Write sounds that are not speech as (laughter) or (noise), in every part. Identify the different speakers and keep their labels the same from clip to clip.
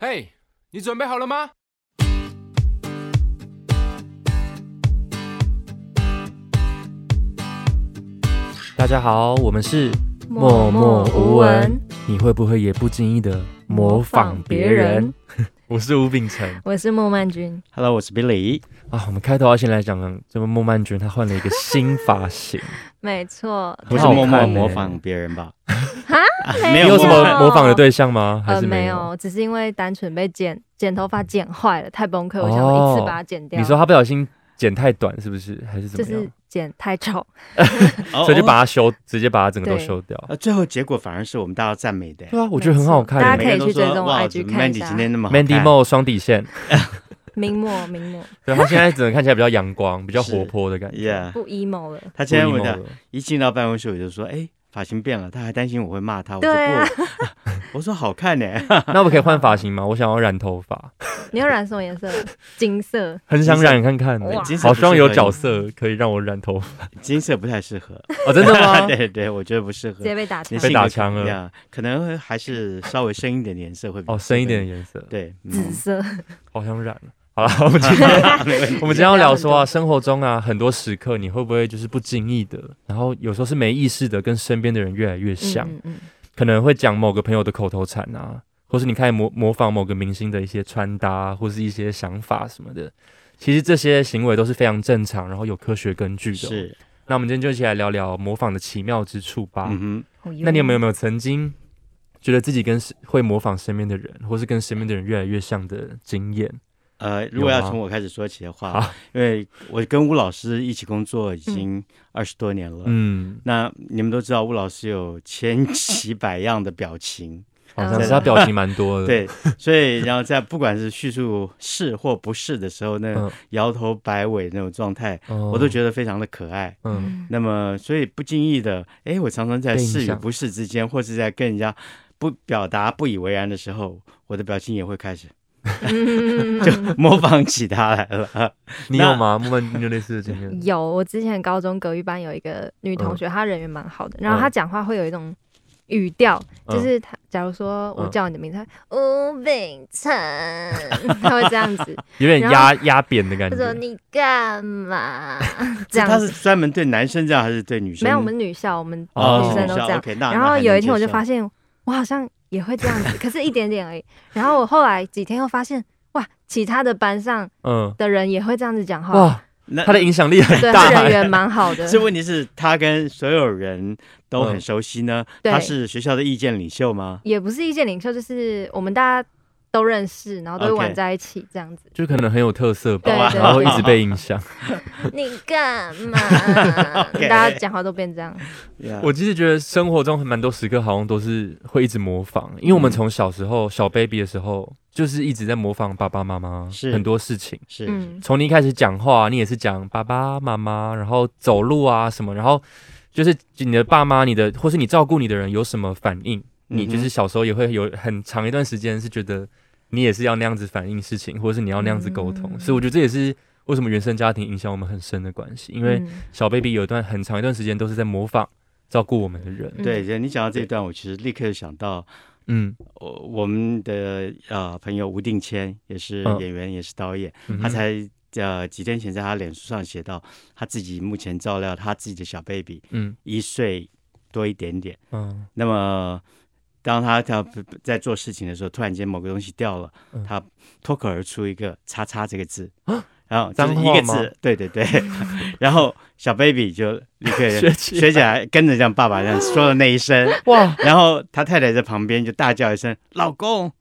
Speaker 1: 嘿、你准备好了吗？
Speaker 2: 大家好，我们是
Speaker 3: 默默无闻，
Speaker 2: 你会不会也不经意的模仿别人？。 (laughs) 我是吴秉承
Speaker 3: 我是莫曼君，
Speaker 4: Hello，我是 Billy。
Speaker 2: 啊。我们开头要先来讲讲，这个孟曼君她换了一个新发 (laughs) 型，
Speaker 3: 没错。
Speaker 4: 不是
Speaker 2: 好
Speaker 4: 默默
Speaker 2: 看
Speaker 4: 模
Speaker 2: 欸
Speaker 4: 仿别人吧？
Speaker 3: 哈，
Speaker 4: 没
Speaker 2: 你
Speaker 4: 有
Speaker 2: 哎有什么
Speaker 4: 吗
Speaker 2: 模仿的对象吗？还
Speaker 3: 呃，
Speaker 2: 是
Speaker 3: 没
Speaker 2: 有？
Speaker 3: 有，只是因为单纯被剪剪头发剪坏了，太崩溃，我想
Speaker 2: 哦
Speaker 3: 一次把它剪掉。
Speaker 2: 你说她不小心剪太短，是不是？还是怎
Speaker 3: 就
Speaker 2: 么样
Speaker 3: 是？剪太丑，
Speaker 4: 哦
Speaker 2: 所以就把
Speaker 4: 哦
Speaker 2: 它修，直接把它整个都
Speaker 3: 对
Speaker 2: 修掉。
Speaker 4: 呃，最后结果反而是我们大家赞美的欸。
Speaker 2: 对啊，我觉得很好看
Speaker 3: 大家
Speaker 2: 欸。
Speaker 3: 可以去追
Speaker 4: 每个人都
Speaker 3: 踪
Speaker 4: 说
Speaker 3: 我
Speaker 4: 哇
Speaker 3: IG
Speaker 4: 怎么
Speaker 3: 看一
Speaker 4: Mandy
Speaker 3: 下
Speaker 4: 今天那么好
Speaker 2: Mandy
Speaker 4: 看
Speaker 2: Mo 双底线，
Speaker 3: 明末明末
Speaker 2: (laughs) 对她现在整个看起来比较阳光，比较
Speaker 4: 是
Speaker 2: 活泼的感觉。
Speaker 4: ，Yeah，
Speaker 3: 不 emo 了。
Speaker 2: 不
Speaker 4: 他今天我
Speaker 2: emo
Speaker 4: 的
Speaker 2: 了
Speaker 4: 一进到办公室我就说，哎，发型变了，他还担心我会骂他。我说
Speaker 3: 对啊
Speaker 4: 不， (laughs) 我说
Speaker 3: (laughs)
Speaker 4: 好看呢，
Speaker 2: (laughs) 那我可以换发型吗？我想要染头发，
Speaker 3: 你要染什么颜色？金色。
Speaker 2: 很想染看看欸。
Speaker 3: 哇
Speaker 4: 金色
Speaker 2: 好
Speaker 4: 不
Speaker 2: 希望
Speaker 4: 适
Speaker 2: 有
Speaker 4: 合
Speaker 2: 角
Speaker 4: 你
Speaker 2: 色可以让我染头发。
Speaker 4: 金色不太适合。
Speaker 2: (laughs) 哦，真的 (laughs)
Speaker 3: 啊
Speaker 2: 吗？
Speaker 4: (laughs) 对对，我觉得不适合
Speaker 3: 直。接被打
Speaker 4: 你
Speaker 3: 成
Speaker 2: 被打枪了
Speaker 4: 呀，可能会还是稍微深一点的颜色会比较
Speaker 2: 哦，深一点的颜色，
Speaker 4: 对，嗯
Speaker 3: 紫色，
Speaker 2: 好想染啊了。好了，我们 (laughs) 今天
Speaker 4: (laughs)
Speaker 2: 我们今天要聊说啊，
Speaker 3: 很多
Speaker 2: 生活中啊，很多时刻你会不会就是不经意的，然后有时候是没意识的，跟身边的人越来越像，
Speaker 3: 嗯嗯
Speaker 2: 可能会讲某个朋友的口头禅啊，或是你开始模模仿某个明星的一些穿搭啊、或是一些想法什么的。其实这些行为都是非常正常，然后有科学根据的哦、
Speaker 4: 是，
Speaker 2: 那我们今天就一起来聊聊模仿的奇妙之处吧。
Speaker 4: 嗯
Speaker 3: 嗯
Speaker 2: 那你有没有没有曾经觉得自己跟会模仿身边的人，或是跟身边的人越来越像的经验？
Speaker 4: 哼，呃，如果要
Speaker 2: 有吗
Speaker 4: 从我开始说起的话，
Speaker 2: 好
Speaker 4: 因为我跟吴老师一起工作已经二十多年了。
Speaker 2: 嗯，
Speaker 4: 那你们都知道，吴老师有千奇百样的表情，
Speaker 2: 好像是
Speaker 3: 嗯
Speaker 2: 他表情蛮多的。，
Speaker 4: 呃对，所以然后在不管是叙述是或不是的时候，那
Speaker 2: 嗯
Speaker 4: 种摇头摆尾那种状态，
Speaker 2: 哦
Speaker 4: 我都觉得非常的可爱。
Speaker 2: 嗯，
Speaker 4: 那么，所以不经意的，哎，我常常在
Speaker 2: 被影
Speaker 4: 是与
Speaker 2: 响
Speaker 4: 不是之间，或是在跟人家不表达不以为然的时候，我的表情也会
Speaker 2: (laughs)
Speaker 4: 开始
Speaker 3: 嗯嗯嗯嗯
Speaker 4: 就模仿起他来了。
Speaker 2: 你有吗？木曼，你有类似的经验？
Speaker 3: 有，我之前高中隔壁班有一个女同学，她人缘蛮好的，然后
Speaker 2: 嗯
Speaker 3: 她讲话会有一种语调，就
Speaker 2: 嗯
Speaker 3: 是她假如说我
Speaker 2: 嗯
Speaker 3: 叫你的名字，她吴秉承， (laughs) 她会这样子，
Speaker 2: 有点
Speaker 3: 然后
Speaker 2: 压压扁的感
Speaker 3: 她说
Speaker 2: 觉。
Speaker 3: 你干嘛这
Speaker 4: 是他
Speaker 3: 样
Speaker 4: 是
Speaker 3: 子。
Speaker 4: 专门对男生这样，还是对女生？
Speaker 3: 没有，我们女校，我们
Speaker 2: 哦
Speaker 3: 女生都
Speaker 4: 是
Speaker 3: 这样。
Speaker 4: OK，那
Speaker 3: 然后有一天我就发
Speaker 4: 现，
Speaker 3: 现，我好像也会这样子，可是一点点而已。然后我后来几天又发现，哇，其他的班上
Speaker 2: 嗯，
Speaker 3: 的人也会这样子讲话，
Speaker 2: 哇，
Speaker 4: 那
Speaker 2: 他的影响力很
Speaker 3: 对，
Speaker 2: 大
Speaker 3: 她人
Speaker 2: 欸。
Speaker 3: 缘蛮好的。
Speaker 4: 这问题 (laughs) 是他跟所有人都很
Speaker 2: 嗯
Speaker 4: 熟悉呢？
Speaker 3: 对
Speaker 4: 他是学校的意见领袖吗？
Speaker 3: 也不是意见领袖，就是我们大家都认识，然后都会
Speaker 4: OK
Speaker 3: 玩在一起这样子。
Speaker 2: 就可能很有特色吧，
Speaker 3: 对对
Speaker 2: 然后一
Speaker 3: 对
Speaker 2: 直
Speaker 4: (laughs)
Speaker 2: 被影响。
Speaker 3: (laughs) 你干 (laughs) 嘛？
Speaker 4: OK
Speaker 3: 大家讲话都变这样。
Speaker 4: Yeah
Speaker 3: 嗯
Speaker 2: 我其实觉得生活中蛮多时刻好像都是会一直模仿，因为我们
Speaker 4: 嗯
Speaker 2: 从小时候小 baby 的时候，就是一直在模仿爸爸妈妈
Speaker 4: 是
Speaker 2: 很多事情。
Speaker 4: 是
Speaker 3: 嗯，
Speaker 2: 从你一开始讲话，你也是讲爸爸妈妈，然后走路啊什么，然后就是你的爸妈、你的或是你照顾你的人有什么反应，你
Speaker 4: 嗯哼
Speaker 2: 就是小时候也会有很长一段时间是觉得你也是要那样子反映事情，或者是你要那样子沟通，
Speaker 3: 嗯
Speaker 2: 所以我觉得这也是为什么原生家庭影响我们很深的关系，因为
Speaker 3: 嗯
Speaker 2: 小 baby 有一段很长一段时间都是在模仿照顾我们的
Speaker 3: 嗯
Speaker 2: 人，
Speaker 4: 对，你讲到这一段，我其实立刻就想到
Speaker 2: 嗯，
Speaker 4: 我我们的呃朋友吴定谦，也是
Speaker 2: 嗯
Speaker 4: 演员，也是导演，
Speaker 2: 嗯哼
Speaker 4: 他才。呃，几天前在他脸书上写到，他自己目前照料他自己的小 baby
Speaker 2: 嗯
Speaker 4: 一岁多一点点。
Speaker 2: 嗯
Speaker 4: 那么，当他他在做事情的时候，突然间某个东西掉了，
Speaker 2: 嗯啊
Speaker 4: 他脱口而出一个“叉叉”这个字，然后就是
Speaker 2: 脏
Speaker 4: 一
Speaker 2: 话
Speaker 4: 个
Speaker 2: 吗
Speaker 4: 字，对对对， (laughs) 然后小 baby 就立刻
Speaker 2: 学起来
Speaker 4: 学起来，跟着这样爸爸这样说了那一声，
Speaker 2: 哇，
Speaker 4: 然后他太太在旁边就大叫一声“
Speaker 3: (laughs)
Speaker 4: 老公”，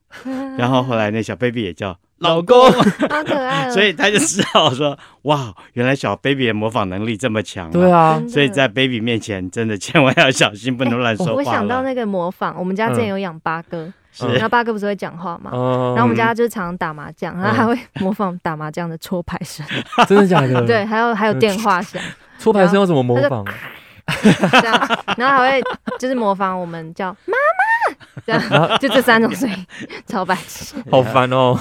Speaker 4: 然后后来那小 baby 也叫“老公
Speaker 3: 好可爱”，哦。
Speaker 4: 所以他就知道说，哇，原来小 baby 的模仿能力这么强、
Speaker 2: 对。啊
Speaker 3: 真，的哎
Speaker 4: 所以在 baby 面前，真的千万要小心，不能乱说话了。
Speaker 3: 我想到那个模仿，我们家之前有养八哥，
Speaker 4: 是哦
Speaker 3: 然后八哥不是会讲话嘛？
Speaker 2: 嗯
Speaker 3: 然后我们家就是常常打麻将，然后
Speaker 4: 嗯
Speaker 3: 还会模仿打麻将的戳牌声，
Speaker 2: 真的假的？
Speaker 3: (laughs) 对，，还有还有电话响，
Speaker 2: 搓牌声要怎么模
Speaker 3: 然
Speaker 2: 仿啊？
Speaker 4: 嗯
Speaker 3: 这样，然后还会就是模仿我们叫妈妈，这样就这三种声音，超白
Speaker 4: (laughs)
Speaker 3: 痴。
Speaker 2: (laughs) 好烦哦。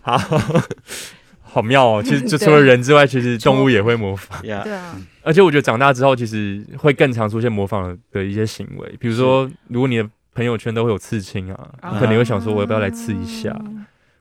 Speaker 2: 好， (laughs) 好妙哦。 (laughs) 其实就除了人之外，其实动物也会模仿，
Speaker 4: 呀
Speaker 3: 对啊，
Speaker 2: 而且我觉得长大之后，其实会更常出现模仿的一些行为。比如说，如果你的朋友圈都会有刺青啊，
Speaker 1: 啊
Speaker 2: 嗯你可能会想说我要不要来刺一下，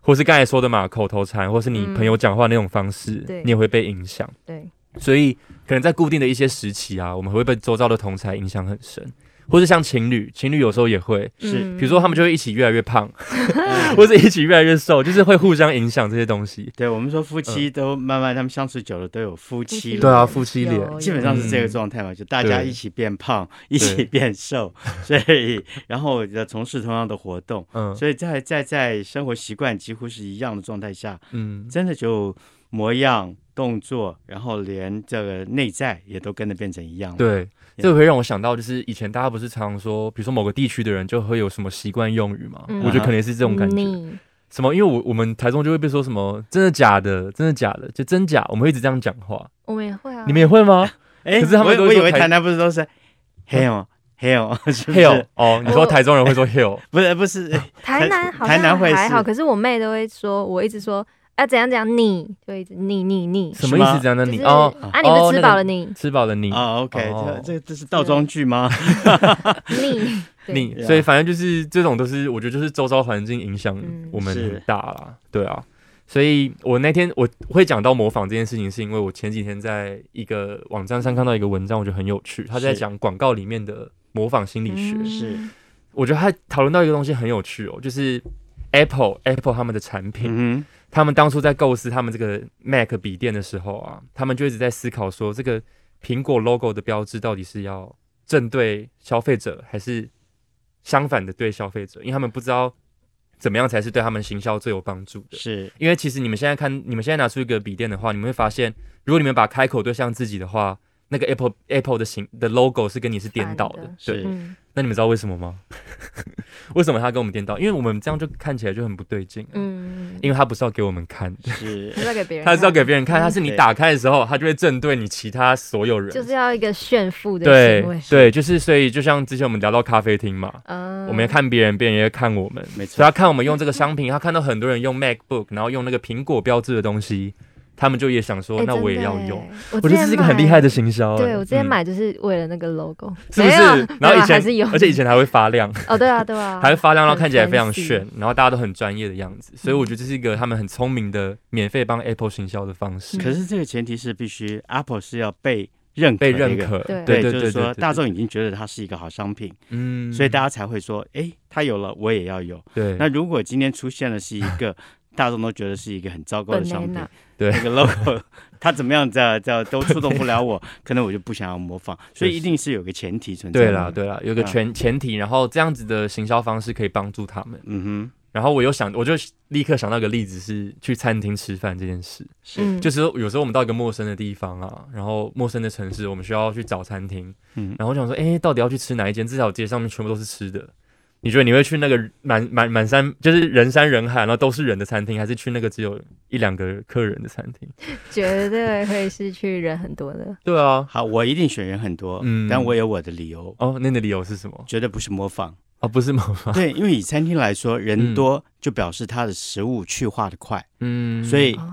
Speaker 2: 或是刚才说的嘛，口头禅，或是你
Speaker 3: 嗯
Speaker 2: 朋友讲话那种方式，
Speaker 3: 对
Speaker 2: 你也会被影响。
Speaker 3: 对，
Speaker 2: 所以可能在固定的一些时期啊，我们会被周遭的同才影响很深，或是像情侣，情侣有时候也会，
Speaker 3: 嗯
Speaker 4: 是
Speaker 2: 比如说他们就会一起越来越胖， (laughs) 或者一起越来越瘦，就是会互相影响这些东 (laughs) 西。
Speaker 4: 对我们说夫妻都慢慢他们相处久了都有夫妻
Speaker 3: 嗯
Speaker 4: 了
Speaker 2: 嗯对啊，夫妻脸
Speaker 3: 有有
Speaker 4: 基本上是这个
Speaker 2: 嗯
Speaker 4: 状态嘛，就大家
Speaker 2: 对
Speaker 4: 一起变胖，一起变瘦， (laughs) 所以然后要从事同样的活动，
Speaker 2: 嗯
Speaker 4: 所以在在在生活习惯几乎是一样的状态下，
Speaker 2: 嗯，
Speaker 4: 真的就模样、动作，然后连这个内在也都跟着变成一样了。
Speaker 2: 对，
Speaker 4: Yeah
Speaker 2: 这会让我想到，就是以前大家不是常说，比如说某个地区的人就会有什么习惯用语嘛，
Speaker 3: 嗯
Speaker 2: 我觉得可能也是这种感觉。
Speaker 3: 你
Speaker 2: 什么？因为我我们台中就会被说什么真的假的，真的假的，就真假，我们会一直这样讲话。
Speaker 3: 我们也会啊，
Speaker 2: 你们也会 (laughs) 吗？
Speaker 4: 哎，
Speaker 2: 可是他们
Speaker 4: 我
Speaker 2: 都
Speaker 4: 我
Speaker 2: 会
Speaker 4: 以
Speaker 2: 说
Speaker 4: 为
Speaker 2: 台
Speaker 4: 台南不是都是 hell hell (laughs) 是不
Speaker 2: hill
Speaker 4: 是？
Speaker 2: 哦，你说台中人会说 (laughs) hill，
Speaker 4: 不是不是，哎
Speaker 3: 台南好像
Speaker 4: 台南会
Speaker 3: 还好，
Speaker 4: 是
Speaker 3: 可是我妹都会说，我一直说啊怎样怎样你，就一直你你你，
Speaker 2: 什么意
Speaker 4: 是
Speaker 2: 思？
Speaker 4: 吗
Speaker 2: 这样的
Speaker 3: 就
Speaker 2: 你
Speaker 3: 是
Speaker 2: 哦，
Speaker 3: 啊你不
Speaker 2: 哦
Speaker 3: 是
Speaker 2: 那
Speaker 3: 吃
Speaker 2: 个
Speaker 3: 饱了你
Speaker 2: 吃饱了你
Speaker 4: 啊，OK，
Speaker 2: 哦
Speaker 4: 这这这是倒装句吗？
Speaker 2: (laughs)
Speaker 3: 你对
Speaker 2: 你，
Speaker 4: Yeah
Speaker 2: 所以反正就是这种都是我觉得就是周遭环境影响
Speaker 3: 嗯
Speaker 2: 我们
Speaker 4: 是
Speaker 2: 很大啦，对啊。所以我那天我会讲到模仿这件事情，是因为我前几天在一个网站上看到一个文章，我觉得很有趣，他在
Speaker 4: 是
Speaker 2: 讲广告里面的模仿心理学。
Speaker 4: 是
Speaker 3: 嗯
Speaker 2: 我觉得他讨论到一个东西很有趣哦，就是 Apple Apple 他们的产品， (laughs)
Speaker 4: 嗯
Speaker 2: 他们当初在构思他们这个 Mac 笔电的时候啊，他们就一直在思考说，这个苹果 logo 的标志到底是要正对消费者，还是相反的对消费者？因为他们不知道怎么样才是对他们行销最有帮助
Speaker 4: 哼，
Speaker 2: 的。
Speaker 4: 是
Speaker 2: 因为其实你们现在看，你们现在拿出一个笔电的话，你们会发现，如果你们把开口对向自己的话，那个 Apple Apple 的形的 logo 是跟你是颠倒
Speaker 3: 反
Speaker 2: 的
Speaker 3: 的。
Speaker 2: 对，
Speaker 4: 是，
Speaker 3: 嗯
Speaker 2: 那你们知道为什么吗？ (laughs) 为什么它跟我们颠倒？因为我们这样就看起来就很不对劲、嗯，
Speaker 3: 嗯，
Speaker 2: 因为它不是要给我们看的。
Speaker 4: 是
Speaker 3: 不是要给别人
Speaker 2: 它
Speaker 3: 看，
Speaker 2: 是要给别人看，它是你
Speaker 4: 对
Speaker 2: 打开的时候，它就会正对你其他所有人。
Speaker 3: 嗯就是要一个炫富的
Speaker 2: 对
Speaker 3: 行为，
Speaker 2: 对，就是所以，就像之前我们聊到咖啡厅嘛，
Speaker 3: 嗯，
Speaker 2: 我们要看别人，别人也会看我们。
Speaker 4: 没
Speaker 2: 所以
Speaker 4: 错，
Speaker 2: 他看我们用这个商品，他看到很多人用 MacBook，然后用那个苹果标志的东西，他们就也想说，
Speaker 3: 哎
Speaker 2: 那我也要。
Speaker 3: 真的
Speaker 2: 用。
Speaker 3: 耶
Speaker 2: 我觉得这是一个很厉害
Speaker 3: 的。
Speaker 2: 的行销、哎
Speaker 3: 对，我之前
Speaker 2: 嗯
Speaker 3: 买就是为了那个 logo，
Speaker 2: 是不
Speaker 3: 没有啊
Speaker 2: 是？然
Speaker 3: 没
Speaker 2: 后
Speaker 3: 有
Speaker 2: 以前
Speaker 3: 还是有，
Speaker 2: 而且以前还会发亮，
Speaker 3: 哦，对啊，对啊，
Speaker 2: (laughs) 还会发亮，然后看起来
Speaker 3: 很
Speaker 2: 非常
Speaker 3: fancy 嗯
Speaker 2: 炫，然后大家都很专业的样子。所以我觉得这是一个他们很聪明的免费帮 Apple 行销的方式，
Speaker 3: 嗯
Speaker 4: 可是这个前提是必须 Apple 是要被认可
Speaker 2: 被
Speaker 4: 的一个，
Speaker 2: 认可。
Speaker 3: 对
Speaker 2: 对对
Speaker 4: 就
Speaker 2: 对
Speaker 4: 是
Speaker 2: 对，
Speaker 4: 说大众已经觉得它是一个好商品，
Speaker 2: 嗯
Speaker 4: 所以大家才会说，哎，它有了我也要有。
Speaker 2: 对，
Speaker 4: 那如果今天出现的是一
Speaker 2: (laughs)
Speaker 4: 个大众都觉得是一个很糟糕的商品
Speaker 3: Banana，
Speaker 2: 对
Speaker 4: 那个
Speaker 2: (laughs)
Speaker 4: logo 它怎么样在在都触动不了我，可能我就不想要模仿，所以一定是有个前提存在。
Speaker 2: 对啦，，对啦，有个
Speaker 4: 嗯
Speaker 2: 前前提，然后这样子的行销方式可以帮助他们。
Speaker 4: 嗯
Speaker 2: 然后我又想，我就立刻想到一个例子是去餐厅吃饭这件事，
Speaker 4: 哼，是，
Speaker 3: 嗯
Speaker 2: 就是说有时候我们到一个陌生的地方啊，然后陌生的城市，我们需要去找餐厅，
Speaker 4: 嗯
Speaker 2: 然后我想说，哎，到底要去吃哪一间？至少街上面全部都是吃的。你觉得你会去那个满满满山就是人山人海，然后都是人的餐厅，还是去那个只有一两个客人的餐厅？
Speaker 3: 绝对会是去人很多的。
Speaker 2: 对啊，
Speaker 4: 好，我一定选人很多，
Speaker 2: 嗯
Speaker 4: 但我有我的理由，
Speaker 2: 哦，那你的理由是什么？
Speaker 4: 绝对不是模
Speaker 2: (laughs)
Speaker 4: 仿。
Speaker 2: 哦，不是吗？
Speaker 4: 对，因为以餐厅来说，人
Speaker 2: 嗯
Speaker 4: 多就表示它的食物去化的快，
Speaker 2: 嗯，
Speaker 4: 所以
Speaker 3: 哦，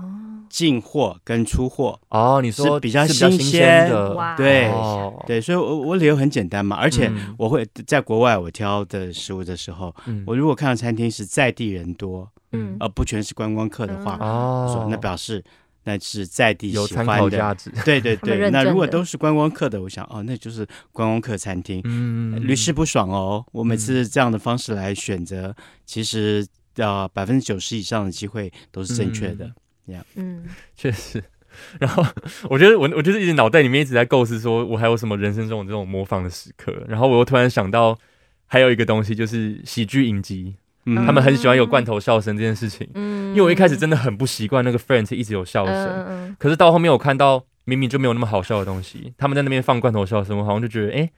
Speaker 4: 进货跟出货，
Speaker 2: 哦，你说
Speaker 4: 是比较
Speaker 2: 是比较
Speaker 4: 新
Speaker 2: 新
Speaker 4: 鲜
Speaker 2: 的，
Speaker 3: 哇，
Speaker 4: 对
Speaker 2: 哦，
Speaker 4: 对，所以我我理由很简单嘛，而且
Speaker 2: 嗯
Speaker 4: 我会在国外我挑的食物的时候，
Speaker 2: 嗯
Speaker 4: 我如果看到餐厅是在地人多，
Speaker 3: 嗯
Speaker 4: 而不全是观光客的话，我说
Speaker 2: 哦，
Speaker 4: 那表示那是在地
Speaker 2: 有
Speaker 4: 喜
Speaker 2: 参
Speaker 4: 欢
Speaker 2: 考
Speaker 4: 的
Speaker 2: 价。值，
Speaker 3: (laughs)
Speaker 4: 对对
Speaker 3: 他们
Speaker 4: 对，
Speaker 3: 认
Speaker 4: 那如
Speaker 3: 证
Speaker 4: 果
Speaker 3: 的
Speaker 4: 都是观光客的，我想哦，那就是观光客餐厅，
Speaker 2: 嗯
Speaker 4: 屡试不爽哦。我每次这样的方式来选择，其实呃百分之九十以上的机会都是正确的
Speaker 2: 嗯。
Speaker 3: 嗯，
Speaker 2: 确实。 (laughs) 然后我觉得我我就是一直脑袋里面一直在构思，说我还有什么人生中有这种模仿的时刻。然后我又突然想到，还有一个东西就是喜剧影集，
Speaker 4: 嗯，
Speaker 2: 他们很喜欢有罐头笑声这件事情。
Speaker 3: 嗯，
Speaker 2: 因为我一开始真的很不习惯那个 Friends 一直有笑声，
Speaker 3: 嗯
Speaker 2: 可是到后面我看到明明就没有那么好笑的东西，他们在那边放罐头笑声，我好像就觉得哎、诶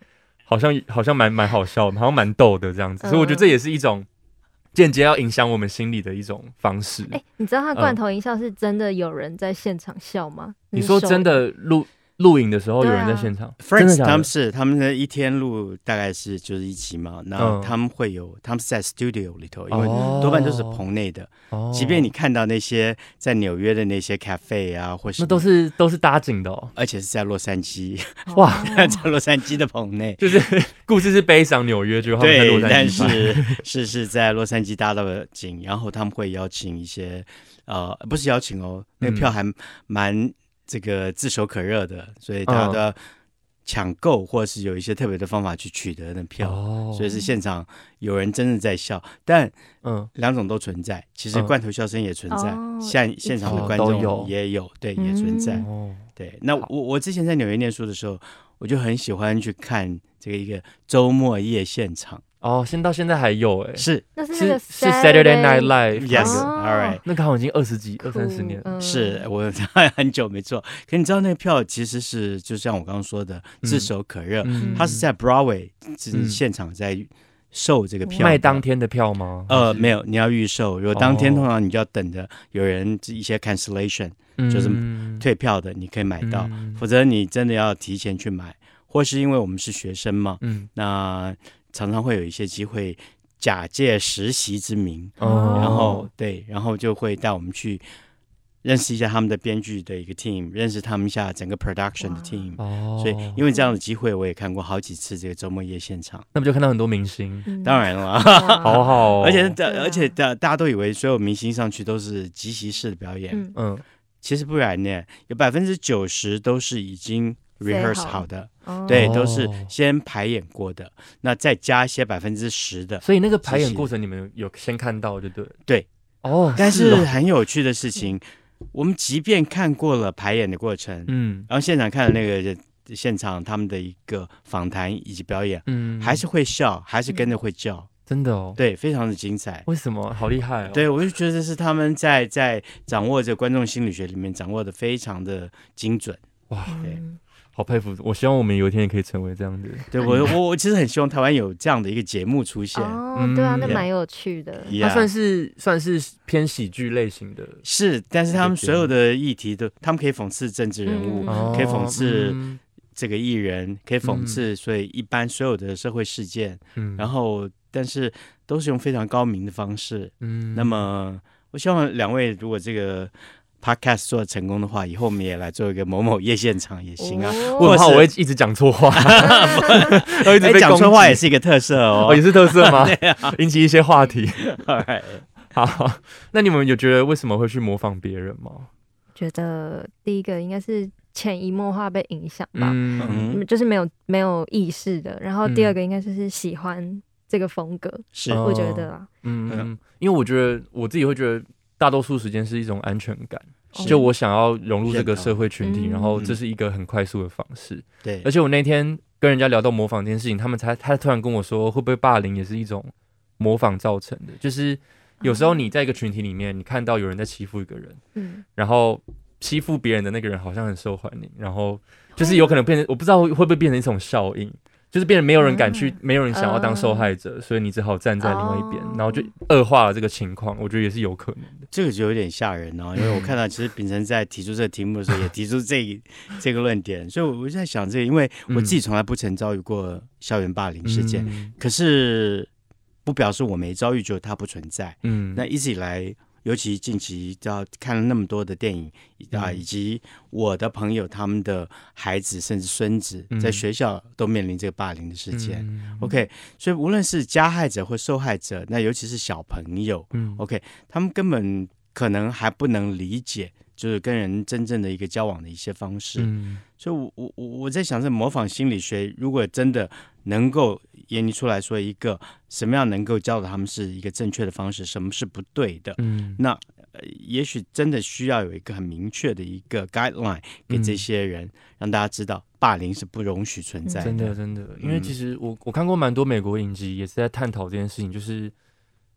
Speaker 2: 好像好像蛮蛮好笑，好像蛮逗的这样子。所以我觉得这也是一种间接要影响我们心理的一种方式。嗯
Speaker 3: 哎、你知道他罐头音效是真的有人在现场笑吗？
Speaker 2: 你说真的录录影的时候有
Speaker 3: 对啊
Speaker 2: 人在现场，真的
Speaker 4: Friends
Speaker 2: 假
Speaker 4: 他
Speaker 2: 的
Speaker 4: 们？是他们的一天录大概是就是一集嘛，然后他们会有他们是在 studio 里头，因
Speaker 2: 嗯
Speaker 4: 为
Speaker 2: 哦
Speaker 4: 多半都是棚内的。
Speaker 2: 哦
Speaker 4: 即便你看到那些在纽约的那些 cafe 啊，或是
Speaker 2: 那都，是都是搭景的哦，
Speaker 4: 而且是在洛杉矶，
Speaker 3: 哦
Speaker 2: 哇
Speaker 4: (laughs) 在洛杉矶的棚内。
Speaker 2: 就是故事是悲伤纽约，就他们在洛
Speaker 4: 对，
Speaker 2: 杉
Speaker 4: 但
Speaker 2: 矶拍
Speaker 4: 是 (laughs) 是是在洛杉矶搭到的景，然后他们会邀请一些，呃，不是邀请哦，那个
Speaker 2: 嗯
Speaker 4: 票还蛮这个炙手可热的，所以大家
Speaker 2: 嗯
Speaker 4: 都要抢购，或是有一些特别的方法去取得那票。
Speaker 2: 哦，
Speaker 4: 所以是现场有人真的在笑，但
Speaker 2: 嗯
Speaker 4: 两种都存在。其实
Speaker 2: 嗯
Speaker 4: 罐头笑声也存在，
Speaker 3: 哦
Speaker 4: 现现场的
Speaker 2: 哦
Speaker 4: 观
Speaker 2: 都
Speaker 4: 众
Speaker 2: 有
Speaker 4: 也有，对，也存在。
Speaker 3: 嗯
Speaker 2: 哦，
Speaker 4: 对，那我我之前在纽约念书的时候，我就很喜欢去看这个一个周末夜现场，
Speaker 2: 哦，现到现在还有哎，
Speaker 4: 是
Speaker 3: 那是那
Speaker 2: 是
Speaker 3: 个
Speaker 2: 是 Saturday Night Live 那
Speaker 4: yes，all
Speaker 2: 个
Speaker 3: 哦
Speaker 4: right。
Speaker 2: 那个好像已经二十几二
Speaker 3: 酷
Speaker 2: 三十年，了。
Speaker 3: 嗯
Speaker 4: 是我很久没做，可你知道那个票其实是就像我刚刚说的炙手可热，
Speaker 2: 嗯
Speaker 4: 它是在 Broadway 是
Speaker 2: 嗯
Speaker 4: 现场在售这个票的，
Speaker 2: 卖当天的票吗？
Speaker 4: 呃，没有，你要预售。如果当天
Speaker 2: 哦
Speaker 4: 通常你就要等着有人一些 cancellation 就是
Speaker 2: 嗯
Speaker 4: 退票的，你可以买到，
Speaker 2: 嗯
Speaker 4: 否则你真的要提前去买，或是因为我们是学生嘛，
Speaker 2: 嗯，
Speaker 4: 那常常会有一些机会假借实习之名，
Speaker 2: 哦
Speaker 4: 然后对，然后就会带我们去认识一下他们的编剧的一个 team，认识他们一下整个 production 的
Speaker 3: 哇
Speaker 4: team。
Speaker 2: 哦，
Speaker 4: 所以，因为这样的机会，我也看过好几次这个周末夜现场。
Speaker 2: 那不就看到很多明星，
Speaker 3: 嗯
Speaker 4: 当然了，
Speaker 3: 哇
Speaker 2: (laughs) 好好哦，
Speaker 4: 而且
Speaker 3: 对啊
Speaker 4: 大，而且大大家都以为所有明星上去都是即席式的表演，
Speaker 3: 嗯
Speaker 2: 嗯，
Speaker 4: 其实不然呢，有百分之九十都是已经 rehearse 好的，
Speaker 3: 哦
Speaker 4: 对，
Speaker 2: 哦
Speaker 4: 都是先排演过的，那再加一些百分之十的。
Speaker 2: 所以那个排
Speaker 4: 谢
Speaker 2: 演
Speaker 4: 谢
Speaker 2: 过程你们有先看到，对不对？
Speaker 4: 对，
Speaker 2: 哦，
Speaker 4: 但是
Speaker 2: 哦
Speaker 4: 很有趣的事情，我们即便看过了排演的过程，
Speaker 2: 嗯
Speaker 4: 然后现场看了那个现场他们的一个访谈以及表演，
Speaker 2: 嗯，
Speaker 4: 还是会笑，还
Speaker 3: 嗯
Speaker 4: 是跟着会叫，
Speaker 2: 真的哦，
Speaker 4: 对，非常的精彩。
Speaker 2: 为什么？好厉害哦，
Speaker 4: 对，我就觉得这是他们在在掌握着观众心理学里面掌握的非常的精准。
Speaker 3: 嗯
Speaker 2: 好佩服，我希望我们有一天也可以成为这样的，
Speaker 4: 对我
Speaker 2: 嗯
Speaker 4: 我我其实很希望台湾有这样的一个节目出现。
Speaker 3: 哦，对啊，那
Speaker 2: 嗯
Speaker 3: 蛮有趣的。
Speaker 4: Yeah
Speaker 2: 啊它算是算是偏喜剧类型的
Speaker 4: 是，但是他们所有的议题都，他们可以讽刺政治人物，
Speaker 3: 嗯
Speaker 2: 哦，
Speaker 4: 可以讽刺
Speaker 2: 嗯
Speaker 4: 这个艺人，可以讽刺，所以一般所有的社会事件，
Speaker 2: 嗯
Speaker 4: 然后但是都是用非常高明的方式。
Speaker 2: 嗯
Speaker 4: 那么，我希望两位如果这个 podcast 做得成功的话，以后我们也来做一个某某夜现场也行啊。
Speaker 3: 哦
Speaker 2: 我很怕
Speaker 4: 或是
Speaker 2: 我会一直讲错
Speaker 4: (laughs)
Speaker 2: 话，我一直
Speaker 4: 哎，
Speaker 2: 被
Speaker 4: 讲
Speaker 2: 攻
Speaker 4: 错话
Speaker 2: 击
Speaker 4: 也是一个特色哦啊
Speaker 2: 哦，也。是特色
Speaker 4: (laughs)
Speaker 2: 吗？引起一些话题。好，那你们有觉得为什么会去模仿别人吗？
Speaker 3: 觉得第一个应该是潜移默化被影响吧，
Speaker 2: 嗯，
Speaker 4: 嗯，
Speaker 3: 就是没有没有意识的。然后第
Speaker 2: 嗯
Speaker 3: 二个应该就是喜欢这个风格，
Speaker 4: 是
Speaker 2: 哦
Speaker 3: 我觉得啊，
Speaker 2: 嗯，
Speaker 4: 嗯
Speaker 2: 嗯，因为我觉得我自己会觉得，大多数时间是一种安全感，
Speaker 4: 是
Speaker 2: 哦就我想要融入这
Speaker 4: 认
Speaker 2: 个
Speaker 4: 同
Speaker 2: 社会群体，
Speaker 3: 嗯
Speaker 2: 然后这是一个很快速的方式。
Speaker 4: 对
Speaker 2: 而，且我那天跟人家聊到模仿这件事情，他们才他突然跟我说，会不会霸凌也是一种模仿造成的？就是有时候
Speaker 4: 嗯
Speaker 2: 你在一个群体里面，你看到有人在欺负一个人，
Speaker 3: 嗯，
Speaker 2: 然后欺负别人的那个人好像很受欢迎，然后就是有可能变成，我不知道会不会变成一种效应，就是变得没有人敢去，
Speaker 3: 啊
Speaker 2: 没有人想要当受害者，所以你只好站在另外一边，
Speaker 3: 哦
Speaker 2: 然后就恶化了这个情况，我觉得也是有可能的。
Speaker 4: 这个就有点吓人哦，因为我看到其实秉承在提出这个题目的时候，也提出
Speaker 2: (laughs)
Speaker 4: 这一这个论点，所以我就在想这个，因为我自己从来不曾遭遇过校园霸凌事件，
Speaker 2: 嗯
Speaker 4: 可是不表示我没遭遇，就它不存在。
Speaker 2: 嗯
Speaker 4: 那一直以来，尤其近期要看了那么多的电影啊、
Speaker 2: 嗯
Speaker 4: 以及我的朋友他们的孩子甚至孙子
Speaker 2: 嗯
Speaker 4: 在学校都面临这个霸凌的事件。
Speaker 2: 嗯
Speaker 4: OK，所以无论是加害者或受害者，那尤其是小朋友，
Speaker 2: 嗯
Speaker 4: OK，他们根本可能还不能理解，就是跟人真正的一个交往的一些方式。
Speaker 2: 嗯
Speaker 4: 所以我，我我我在想，是模仿心理学，如果真的能够研究出来说一个什么样能够教导他们是一个正确的方式，什么是不对的，
Speaker 2: 嗯
Speaker 4: 那、呃、也许真的需要有一个很明确的一个 guideline 给这
Speaker 2: 嗯
Speaker 4: 些人，让大家知道霸凌是不容许存在
Speaker 2: 嗯真的
Speaker 4: 的。
Speaker 2: 真的，因为
Speaker 4: 嗯
Speaker 2: 其实我我看过蛮多美国影集，也是在探讨这件事情，就是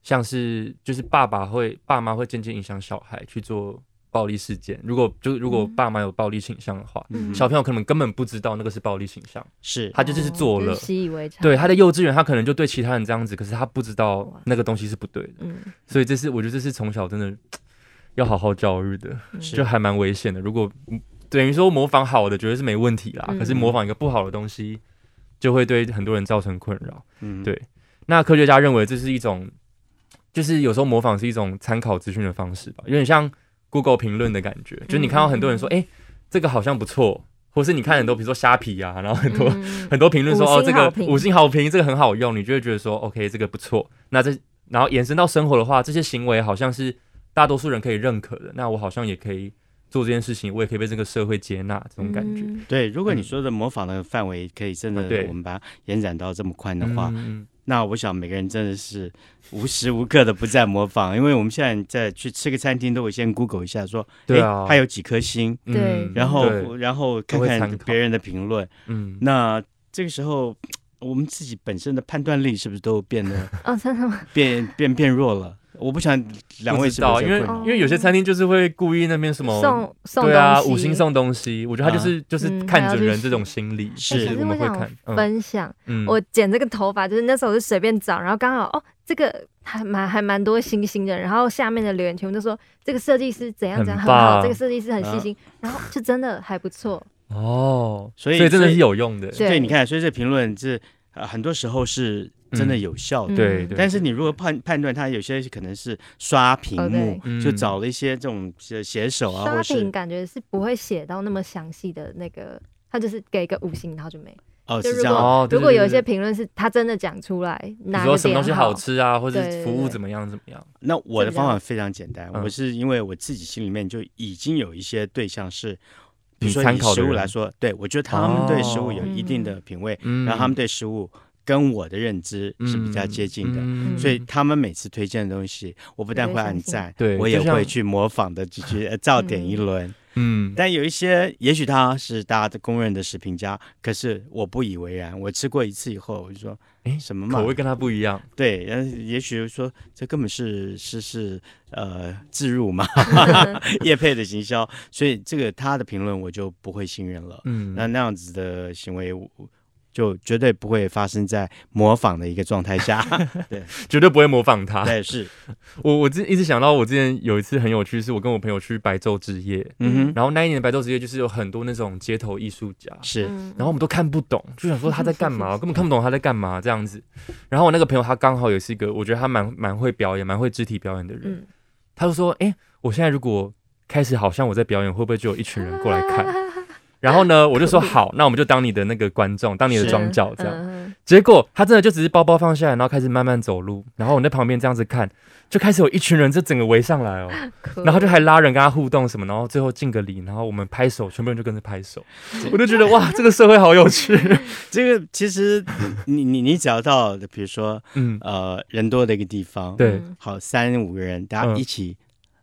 Speaker 2: 像是就是爸爸会爸妈会渐渐影响小孩去做暴力事件，如果就是如果
Speaker 3: 嗯
Speaker 2: 爸妈有暴力倾向的话，
Speaker 4: 嗯
Speaker 2: 小朋友可能根本不知道那个是暴力倾向，
Speaker 4: 是
Speaker 2: 他就就是做
Speaker 3: 哦
Speaker 2: 了。
Speaker 3: 习以为常，
Speaker 2: 对，他在幼稚园，他可能就对其他人这样子，可是他不知道
Speaker 3: 哇
Speaker 2: 那个东西是不对的，
Speaker 3: 嗯，
Speaker 2: 所以这是我觉得这是从小真的要好好教育的，
Speaker 3: 嗯
Speaker 2: 就还蛮危险的。如果嗯等于说模仿好的绝对是没问题啦，
Speaker 3: 嗯
Speaker 2: 可是模仿一个不好的东西，就会对很多人造成困扰。
Speaker 4: 嗯，
Speaker 2: 对那科学家认为这是一种，就是有时候模仿是一种参考资讯的方式吧，有点像 Google 评论的感觉，
Speaker 3: 嗯
Speaker 2: 就是你看到很多人说，哎、这个好像不错，或是你看很多比如说虾皮啊，然后很多、
Speaker 3: 嗯
Speaker 2: (laughs) 很多评论说
Speaker 3: 五
Speaker 2: 哦，
Speaker 3: 星
Speaker 2: 这
Speaker 3: 好
Speaker 2: 个
Speaker 3: 评
Speaker 2: 五星好评，这个很好用，你就会觉得说 OK，这个不错。那这然后延伸到生活的话，这些行为好像是大多数人可以认可的，那我好像也可以做这件事情，我也可以被这个社会接纳，这种感觉。
Speaker 3: 嗯
Speaker 4: 对，如果你
Speaker 2: 嗯
Speaker 4: 说的模仿的范围可以真的
Speaker 2: 啊对，
Speaker 4: 我们把它延展到这么宽的话，
Speaker 2: 嗯
Speaker 4: 那我想每个人真的是无时无刻的不在模仿，因为我们现在在去吃个餐厅都会先 Google 一下说，
Speaker 2: 对啊
Speaker 4: 诶它有几颗星，
Speaker 2: 嗯
Speaker 3: 对
Speaker 2: 对
Speaker 4: 然后然后看
Speaker 2: 都会参
Speaker 4: 看
Speaker 2: 考
Speaker 4: 别人的评论，
Speaker 2: 嗯，
Speaker 4: 那这个时候。我们自己本身的判断力是不是都变
Speaker 2: (laughs)
Speaker 4: 得
Speaker 3: 哦，真的吗？
Speaker 4: 变变变弱了？我不想两位
Speaker 2: 不
Speaker 4: 是
Speaker 2: 知
Speaker 4: 不
Speaker 2: 道，
Speaker 4: 是
Speaker 2: 因为哦
Speaker 4: 困
Speaker 2: 因为有些餐厅就是会故意那边什么
Speaker 3: 送送
Speaker 2: 对啊，
Speaker 3: 东西
Speaker 2: 五星送东西，我觉得他就是、
Speaker 4: 啊
Speaker 2: 就是
Speaker 3: 嗯
Speaker 2: 看
Speaker 3: 还要
Speaker 2: 准
Speaker 3: 去
Speaker 2: 人这种心理，
Speaker 4: 是
Speaker 2: 就
Speaker 3: 可
Speaker 2: 我
Speaker 3: 是
Speaker 2: 们
Speaker 3: 我
Speaker 2: 会
Speaker 3: 想
Speaker 2: 看，嗯
Speaker 3: 分享，
Speaker 2: 嗯，
Speaker 3: 我剪这个头发就是那时候我就随便找，然后刚好哦，这个还蛮还蛮多星星的，然后下面的留言全部都说这个设计师怎样怎样
Speaker 2: 很
Speaker 3: 很好，
Speaker 2: 棒嗯
Speaker 3: 这个设计师很细心，然后就真的还不错，
Speaker 2: 哦，
Speaker 4: 所以
Speaker 2: 所以真的
Speaker 4: 所以
Speaker 2: 是有用的，
Speaker 3: 对
Speaker 4: 对，你看，所以这评论这、呃、很多时候是真的有效的。
Speaker 3: 嗯
Speaker 2: 对对，
Speaker 4: 但是你如果判判断它有些可能是刷屏幕
Speaker 3: 哦，
Speaker 2: 对
Speaker 4: 就找了一些这种写写手啊，
Speaker 3: 刷
Speaker 4: 或
Speaker 3: 屏
Speaker 4: 是
Speaker 3: 感觉是不会写到那么详细的那个，他就是给一个五星，然后就没。
Speaker 4: 哦
Speaker 3: 就是如
Speaker 4: 这
Speaker 3: 果、
Speaker 4: 样哦，
Speaker 2: 哦对对
Speaker 3: 如果有一
Speaker 2: 对对
Speaker 3: 些评论是他真的讲出来，
Speaker 2: 比
Speaker 3: 哪
Speaker 2: 如
Speaker 3: 个
Speaker 2: 说什么
Speaker 3: 点
Speaker 2: 东西好吃啊，或
Speaker 3: 对
Speaker 2: 是
Speaker 3: 对
Speaker 2: 服务
Speaker 3: 对
Speaker 2: 怎么样怎么样，
Speaker 4: 那我的
Speaker 3: 是这样
Speaker 4: 方法非常简单，
Speaker 2: 嗯
Speaker 4: 我是因为我自己心里面就已经有一些对象是，
Speaker 2: 你
Speaker 4: 比如说
Speaker 2: 参
Speaker 4: 以
Speaker 2: 考的
Speaker 4: 食物
Speaker 2: 人
Speaker 4: 来说，对我觉得他们对食物
Speaker 2: 哦
Speaker 4: 有一定的品味，
Speaker 2: 嗯，
Speaker 4: 然后他们对食物跟我的认知是比较接近的，
Speaker 2: 嗯
Speaker 4: 所以他们每次推荐的东西，我不但会按赞，
Speaker 2: 对
Speaker 4: 我也
Speaker 2: 就像
Speaker 4: 会去模仿的，去去呃照点一轮。
Speaker 2: 嗯，
Speaker 4: 但有一些，也许他是大家的公认的食评家，可是我不以为然。我吃过一次以后，我就说，
Speaker 2: 诶
Speaker 4: 什么嘛
Speaker 2: 口味？跟他不一样，
Speaker 4: 对，然后也许说这根本是是是呃自
Speaker 2: (laughs)
Speaker 4: 入嘛，叶配的行销，所以这个他的评论我就不会信任了。
Speaker 2: 嗯，
Speaker 4: 那那样子的行为，我就绝对不会发生在模仿的一个状态
Speaker 2: (laughs)
Speaker 4: 下。
Speaker 2: 绝对不会模仿他。
Speaker 4: 对，是，
Speaker 2: 我我之一直想到，我之前有一次很有趣，是我跟我朋友去白昼之夜，
Speaker 4: 嗯哼，
Speaker 2: 然后那一年的白昼之夜就是有很多那种街头艺术家，
Speaker 4: 是，
Speaker 3: 嗯
Speaker 2: 然后我们都看不懂，就想说他在干嘛，根本看不懂他在干嘛这样子。然后我那个朋友他刚好也是一个，我觉得他蛮蛮会表演、蛮会肢体表演的人，
Speaker 3: 嗯，
Speaker 2: 他就说：“哎、我现在如果开始好像我在表演，会不会就有一群人过来看？”然后呢，我就说：“好，那我们就当你的那个观众，当你的
Speaker 4: 是
Speaker 2: 庄脚哦这样。
Speaker 3: 样，
Speaker 2: 结果他真的就只是包包放下来，然后开始慢慢走路，然后我们在旁边这样子看，就开始有一群人就整个围上来哦，(laughs)
Speaker 3: 酷
Speaker 2: 然后就还拉人跟他互动什么，然后最后敬个礼，然后我们拍手，全部人就跟着拍手，我就觉得哇，这个社会好有趣，
Speaker 4: 这个其实你你你只要到，比如说
Speaker 2: 嗯，
Speaker 4: 呃人多的一个地方，
Speaker 2: 对
Speaker 3: 嗯
Speaker 4: 好三五个人，大家
Speaker 2: 嗯
Speaker 4: 一起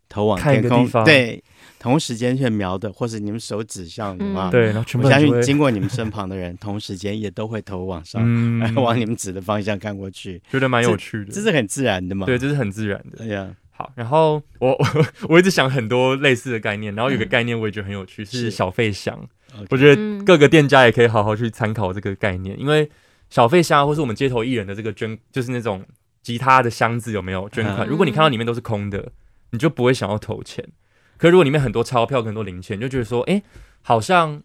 Speaker 4: 头往
Speaker 2: 看一个
Speaker 4: 天空，
Speaker 2: 地方
Speaker 4: 对，同时间去瞄的，或是你们手指向的话，
Speaker 3: 嗯
Speaker 2: 对，然后全部
Speaker 4: 我相
Speaker 2: 人就
Speaker 4: 信
Speaker 2: 会，
Speaker 4: 经过你们身旁的人，同时间也都会头往
Speaker 2: (laughs)
Speaker 4: 上，(laughs)
Speaker 2: 嗯，
Speaker 4: 往你们指的方向看过去，
Speaker 2: 觉得蛮有趣的，
Speaker 4: 这是很自然的嘛。
Speaker 2: 对，，这是很自然的
Speaker 4: 哎。呀，
Speaker 2: 好，然后我 (laughs) 我我一直想很多类似的概念，然后有个概念我也觉得很有趣，是
Speaker 4: 嗯是
Speaker 2: 小费箱
Speaker 4: OK。
Speaker 2: 我觉得
Speaker 3: 嗯
Speaker 2: 各个店家也可以好好去参考这个概念，因为小费箱啊或是我们街头艺人的这个捐，就是那种吉他的箱子有没有捐款？
Speaker 4: 嗯
Speaker 2: 如果你看到里面都是空的，你就不会想要投钱。可是如果里面很多钞票、很多零钱，你就觉得说，哎，好像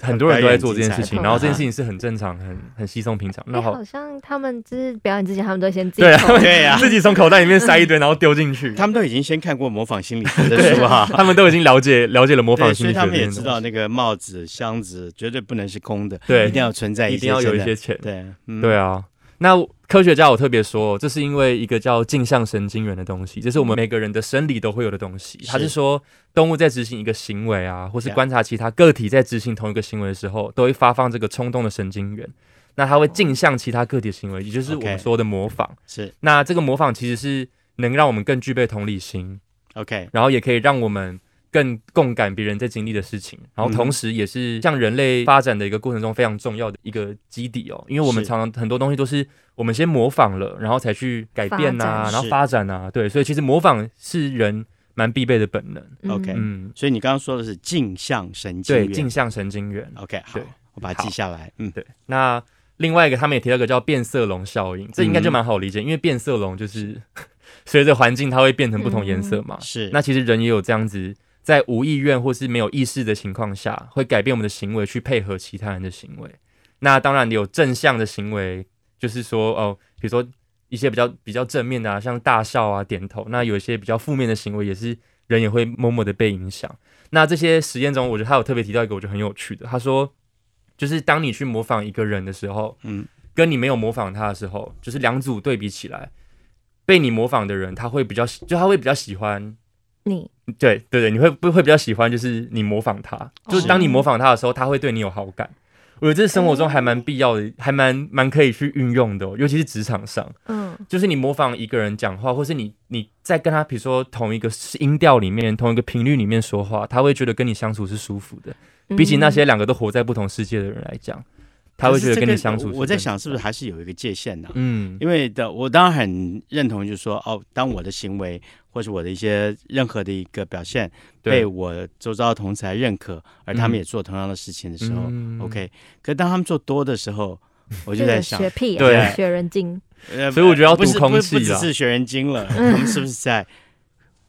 Speaker 2: 很多人都在做这件事情，
Speaker 3: 很
Speaker 2: 然后这件
Speaker 4: 精彩嗯
Speaker 2: 事情是很正常、很很稀松平常。那
Speaker 3: 哎
Speaker 2: 好
Speaker 3: 好，像他们就是表演之前，他们都先自己
Speaker 2: 对啊，(laughs)
Speaker 3: 投
Speaker 2: 他们
Speaker 4: 对呀
Speaker 2: 自己从口袋里面塞一堆，然后丢进去。
Speaker 4: 他们都已经先看过《模仿心理学》
Speaker 2: (laughs)
Speaker 4: 的书 (laughs) 哈。
Speaker 2: 他们都已经了解了解了模
Speaker 4: 对，
Speaker 2: 仿
Speaker 4: 所
Speaker 2: 心
Speaker 4: 以
Speaker 2: 理学
Speaker 4: 他
Speaker 2: 这
Speaker 4: 们也
Speaker 2: 件
Speaker 4: 知
Speaker 2: 东
Speaker 4: 道
Speaker 2: 西，
Speaker 4: 那个帽子、箱子绝对不能是空的，
Speaker 2: 对
Speaker 4: 一定要存在
Speaker 2: 一定要
Speaker 4: 些
Speaker 2: 有一
Speaker 4: 真
Speaker 2: 些
Speaker 4: 的
Speaker 2: 钱。
Speaker 4: 对，嗯
Speaker 2: 对啊，那科学家有特别说，这是因为一个叫镜像神经元的东西，这是我们每个人的生理都会有的东西。
Speaker 4: 是
Speaker 2: 它是说，动物在执行一个行为啊，或是
Speaker 4: Yeah
Speaker 2: 观察其他个体在执行同一个行为的时候，都会发放这个冲动的神经元。那它会镜像其他个体的行为，也就是我
Speaker 4: OK
Speaker 2: 们说的模仿。
Speaker 4: 是
Speaker 2: 那这个模仿其实是能让我们更具备同理心，
Speaker 4: OK，
Speaker 2: 然后也可以让我们更共感别人在经历的事情，然后
Speaker 4: 嗯
Speaker 2: 同时也是像人类发展的一个过程中非常重要的一个基底哦，因为我们
Speaker 4: 是
Speaker 2: 常常很多东西都是我们先模仿了，然后才去改变呐、
Speaker 3: 发
Speaker 4: 展
Speaker 2: 然后
Speaker 4: 是
Speaker 2: 发展呐、对，所以其实模仿是人蛮必备的本能，
Speaker 3: 嗯
Speaker 4: OK
Speaker 2: 嗯，
Speaker 4: 所以你刚刚说的是镜像神经
Speaker 2: 对，
Speaker 4: 元，
Speaker 2: 镜像神经元，
Speaker 4: OK，好
Speaker 2: 对，
Speaker 4: 我把它记
Speaker 2: 好
Speaker 4: 下来。嗯，
Speaker 2: 对，那。另外一个，他们也提到一个叫变色龙效应，这应该就
Speaker 4: 嗯
Speaker 2: 蛮好理解，因为变 (laughs) 色龙就是随着环境它会变成不同颜色嘛。
Speaker 4: 是
Speaker 2: 那其实人也有这样子在无意愿或是没有意识的情况下，会改变我们的行为去配合其他人的行为。那当然有正向的行为，就是说哦，比如说一些比较比较正面的啊，像大笑啊、点头。那有一些比较负面的行为，也是人也会默默的被影响。那这些实验中，我觉得他有特别提到一个我觉得很有趣的，他说，就是当你去模仿一个人的时候，
Speaker 4: 嗯
Speaker 2: 嗯，跟你没有模仿他的时候，就是两组对比起来，被你模仿的人他会比较喜，就他会比较喜欢
Speaker 3: 你
Speaker 2: 对对对，你会不会比较喜欢，就是你模仿他，
Speaker 4: 哦
Speaker 2: 就是当你模仿他的时候，他会对你有好感。我觉得这是生活中还蛮必要的，还蛮蛮可以去运用的、哦，尤其是职场上，
Speaker 3: 嗯
Speaker 2: 就是你模仿一个人讲话，或是你你在跟他，比如说同一个音调里面、同一个频率里面说话，他会觉得跟你相处是舒服
Speaker 4: 嗯
Speaker 2: 的。 (laughs) 比
Speaker 3: 嗯
Speaker 2: 起那些两个都活在不同世界的人来讲，他会觉得跟你相处
Speaker 4: 可是这
Speaker 2: 是
Speaker 4: 个我在
Speaker 2: 更
Speaker 4: 想，是不是还是有一个界限呢、
Speaker 2: 嗯
Speaker 4: 因为的，我当然很认同，就是说，哦，当我的行为或是我的一些任何的一个表现被
Speaker 2: 对
Speaker 4: 我周遭的同才认可，而他们也做同样的事情的时候、
Speaker 2: 嗯
Speaker 4: o k 可是当他们做多的时候，我就
Speaker 3: 这
Speaker 4: 在
Speaker 3: 个
Speaker 4: 想，
Speaker 3: 学屁啊，
Speaker 2: 对
Speaker 3: 学人精，
Speaker 4: 呃
Speaker 2: 所以我觉得要
Speaker 4: 不
Speaker 2: 读
Speaker 4: 是
Speaker 2: 空
Speaker 4: 不是
Speaker 2: 气
Speaker 4: 不只
Speaker 2: 啦
Speaker 4: 是学人精了，
Speaker 3: 嗯
Speaker 4: 他们是不是在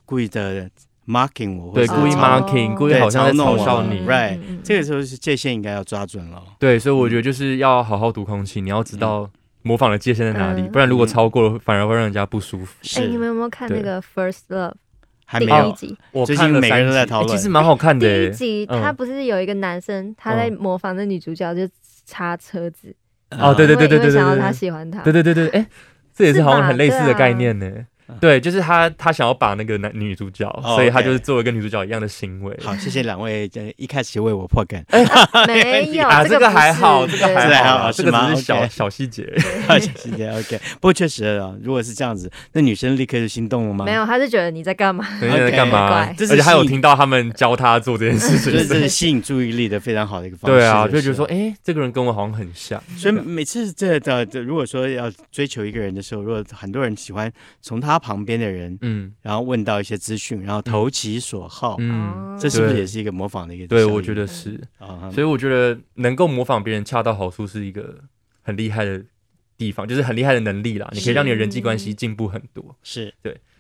Speaker 4: 故意的 marking 我，或
Speaker 2: 对
Speaker 4: 者
Speaker 2: 故意
Speaker 4: 嘲
Speaker 2: marking，、故意
Speaker 4: 对
Speaker 2: 好像在
Speaker 4: (laughs) 嘲弄
Speaker 2: 嘲
Speaker 4: 我
Speaker 2: 笑
Speaker 4: 嗯
Speaker 2: 你，
Speaker 4: Right，
Speaker 3: 嗯嗯
Speaker 4: 这个时候是界限应该要抓准
Speaker 3: 哎
Speaker 4: 了。哦
Speaker 2: 对，所以我觉得就是要好好读空气，你要知道模仿的界限在哪里，
Speaker 3: 嗯
Speaker 2: 不然如果超过了，反而会让人家不舒服。
Speaker 3: 哎、
Speaker 4: 是，
Speaker 3: 你们有没有看那
Speaker 2: 对
Speaker 3: 个《First Love
Speaker 4: 还》没
Speaker 3: 第一
Speaker 4: 有
Speaker 3: 集？
Speaker 2: 我
Speaker 4: 最
Speaker 2: 看
Speaker 4: 近
Speaker 2: 了
Speaker 4: 每个人
Speaker 2: 三
Speaker 4: 都在
Speaker 2: 集
Speaker 4: 讨
Speaker 2: 欸其
Speaker 4: 论
Speaker 2: 实蛮好看的
Speaker 3: 第一
Speaker 2: 欸、
Speaker 3: 集
Speaker 2: 嗯
Speaker 3: 他不是有一个男生，他在模仿那女主角就擦车子，
Speaker 2: 哦，对对对对
Speaker 3: 因为
Speaker 2: 对
Speaker 3: 想要他
Speaker 2: 对
Speaker 3: 喜欢他，
Speaker 2: 对对对对，哎、这也是
Speaker 3: 是
Speaker 2: 好像
Speaker 3: 吧
Speaker 2: 很类似
Speaker 3: 对
Speaker 2: 的
Speaker 3: 啊
Speaker 2: 概念呢、
Speaker 4: 嗯
Speaker 2: 对，就是他，他想要把那个男女主角，所以他
Speaker 4: OK
Speaker 2: 就是做了跟女主角一样的行为。
Speaker 4: 好，谢谢两位，这一开始为我破梗，
Speaker 3: 没有
Speaker 2: 啊，这
Speaker 3: 个
Speaker 2: 个还好，这个
Speaker 3: 这
Speaker 4: 这个
Speaker 2: 还
Speaker 4: 还
Speaker 2: 好
Speaker 4: 好
Speaker 2: 啊，这个
Speaker 4: 是吗
Speaker 2: 只是小
Speaker 4: OK
Speaker 2: 小细节。
Speaker 4: (laughs) 好谢谢 OK。不过确实啊，如果是这样子，那女生立刻就心动了吗？
Speaker 3: 没，有，他是觉得你在干嘛？
Speaker 2: 等一下在干嘛？
Speaker 3: OK
Speaker 4: 这
Speaker 2: 而
Speaker 4: 是
Speaker 2: 且还有
Speaker 4: 吸引
Speaker 2: 听到他们教他做这件
Speaker 4: (laughs)
Speaker 2: 事
Speaker 4: 所以
Speaker 2: 情。
Speaker 4: 这是吸引注意力的非常好的一个方式。
Speaker 2: 对啊，
Speaker 4: 就
Speaker 2: 就是觉得说，，哎、这个人跟我好像很像。
Speaker 4: 所以每次这的，这如果说要追求一个人的时候，如果很多人喜欢从他旁边的人，
Speaker 2: 嗯
Speaker 4: 然后问到一些资讯，然后投其所好，
Speaker 2: 嗯。
Speaker 3: 哦
Speaker 4: 这是不是
Speaker 2: 对
Speaker 4: 也是一个模仿的一个效
Speaker 2: 对，
Speaker 4: 应？
Speaker 2: 我觉得是，
Speaker 4: 啊，
Speaker 2: 所以我觉得能够模仿别人恰到好处是一个很厉害的地方，就是很厉害的能力啦。你可以让你的人际关系进步很多。
Speaker 4: 是